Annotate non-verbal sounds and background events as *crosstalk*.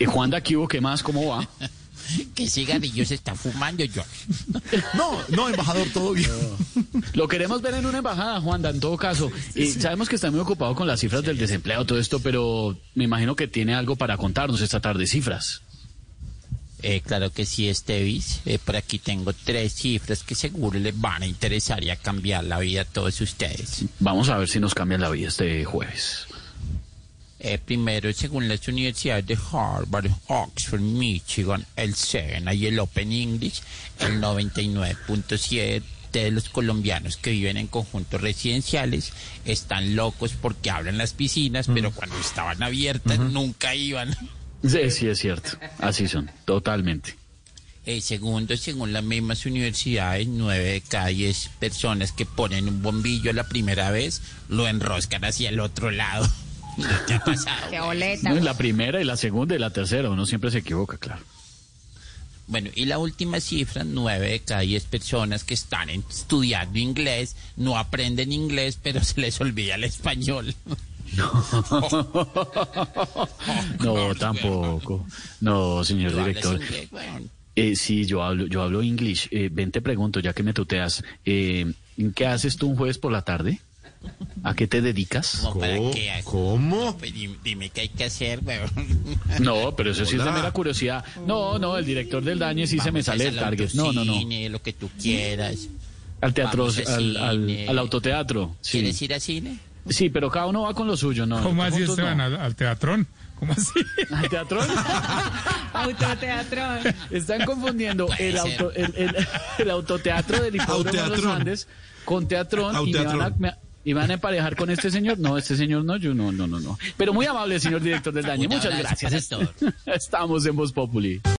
Eh, Juan da Cubo, ¿qué más? ¿Cómo va? ¿Qué cigarrillo se está fumando, George? *laughs* No, no, embajador, todo bien. Lo queremos ver en una embajada, Juanda, en todo caso. Y sabemos que está muy ocupado con las cifras del desempleo, todo esto, pero me imagino que tiene algo para contarnos esta tarde, cifras. Eh, claro que sí, Estevis. Eh, por aquí tengo tres cifras que seguro les van a interesar y a cambiar la vida a todos ustedes. Vamos a ver si nos cambia la vida este jueves. Eh, primero, según las universidades de Harvard, Oxford, Michigan, el SENA y el Open English, el 99.7 de los colombianos que viven en conjuntos residenciales están locos porque hablan las piscinas, Mm. pero cuando estaban abiertas nunca iban. Sí, sí, es cierto. Así son, totalmente. Eh, segundo, según las mismas universidades, nueve de cada diez personas que ponen un bombillo la primera vez lo enroscan hacia el otro lado. *laughs* ¿No te ha pasado? Qué güey? boleta. No, es la primera y la segunda y la tercera, uno siempre se equivoca, claro. Bueno, y la última cifra, nueve de cada diez personas que están en- estudiando inglés no aprenden inglés, pero se les olvida el español. *laughs* No, tampoco. No, señor ¿Tú hablas director. inglés, weón? Eh, sí, yo hablo, yo hablo English. Eh, ven, te pregunto, ya que me tuteas, eh, ¿qué haces tú un jueves por la tarde? ¿A qué te dedicas? ¿Cómo? ¿Para qué? ¿Cómo? Pues dime, dime qué hay que hacer, weón. No, pero eso sí es de Hola. mera curiosidad. No, no, el director del daño *laughs* sí se me Vamos sale al del salón de target. No, no, no. cine, Lo que tú quieras. Al teatro, Vamos al, al al, cine. al autoteatro. Sí. ¿Quieres ir a cine? sí, pero cada uno va con lo suyo, ¿no? ¿Cómo así este Juntos Esteban? no. ¿Al, al teatrón? ¿Cómo así? ¿Al *laughs* teatro? Autoteatrón. Están confundiendo *laughs* Puede el, ser. auto, el, el- *laughs* el autoteatro del hipódromo de los Autoteatrón. Andes con teatrón y me van, a, Autoteatrón. me- y van a emparejar con este señor. No, este señor no, yo no, no, no, no. Pero muy amable, señor director del daño. Un Muchas abrazo gracias. para todos. *laughs* Estamos en Voz Populi.